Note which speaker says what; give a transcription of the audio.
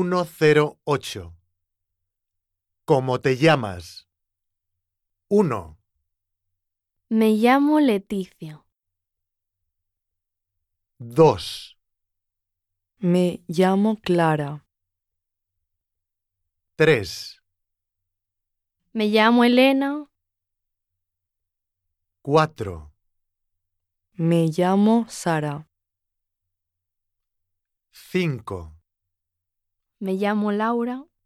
Speaker 1: 108. ¿Cómo te llamas? 1,
Speaker 2: Me llamo Leticia.
Speaker 1: 2,
Speaker 3: Me llamo Clara.
Speaker 1: 3,
Speaker 2: Me llamo Elena.
Speaker 1: 4,
Speaker 3: Me llamo Sara.
Speaker 1: 5,
Speaker 2: Me llamo Laura.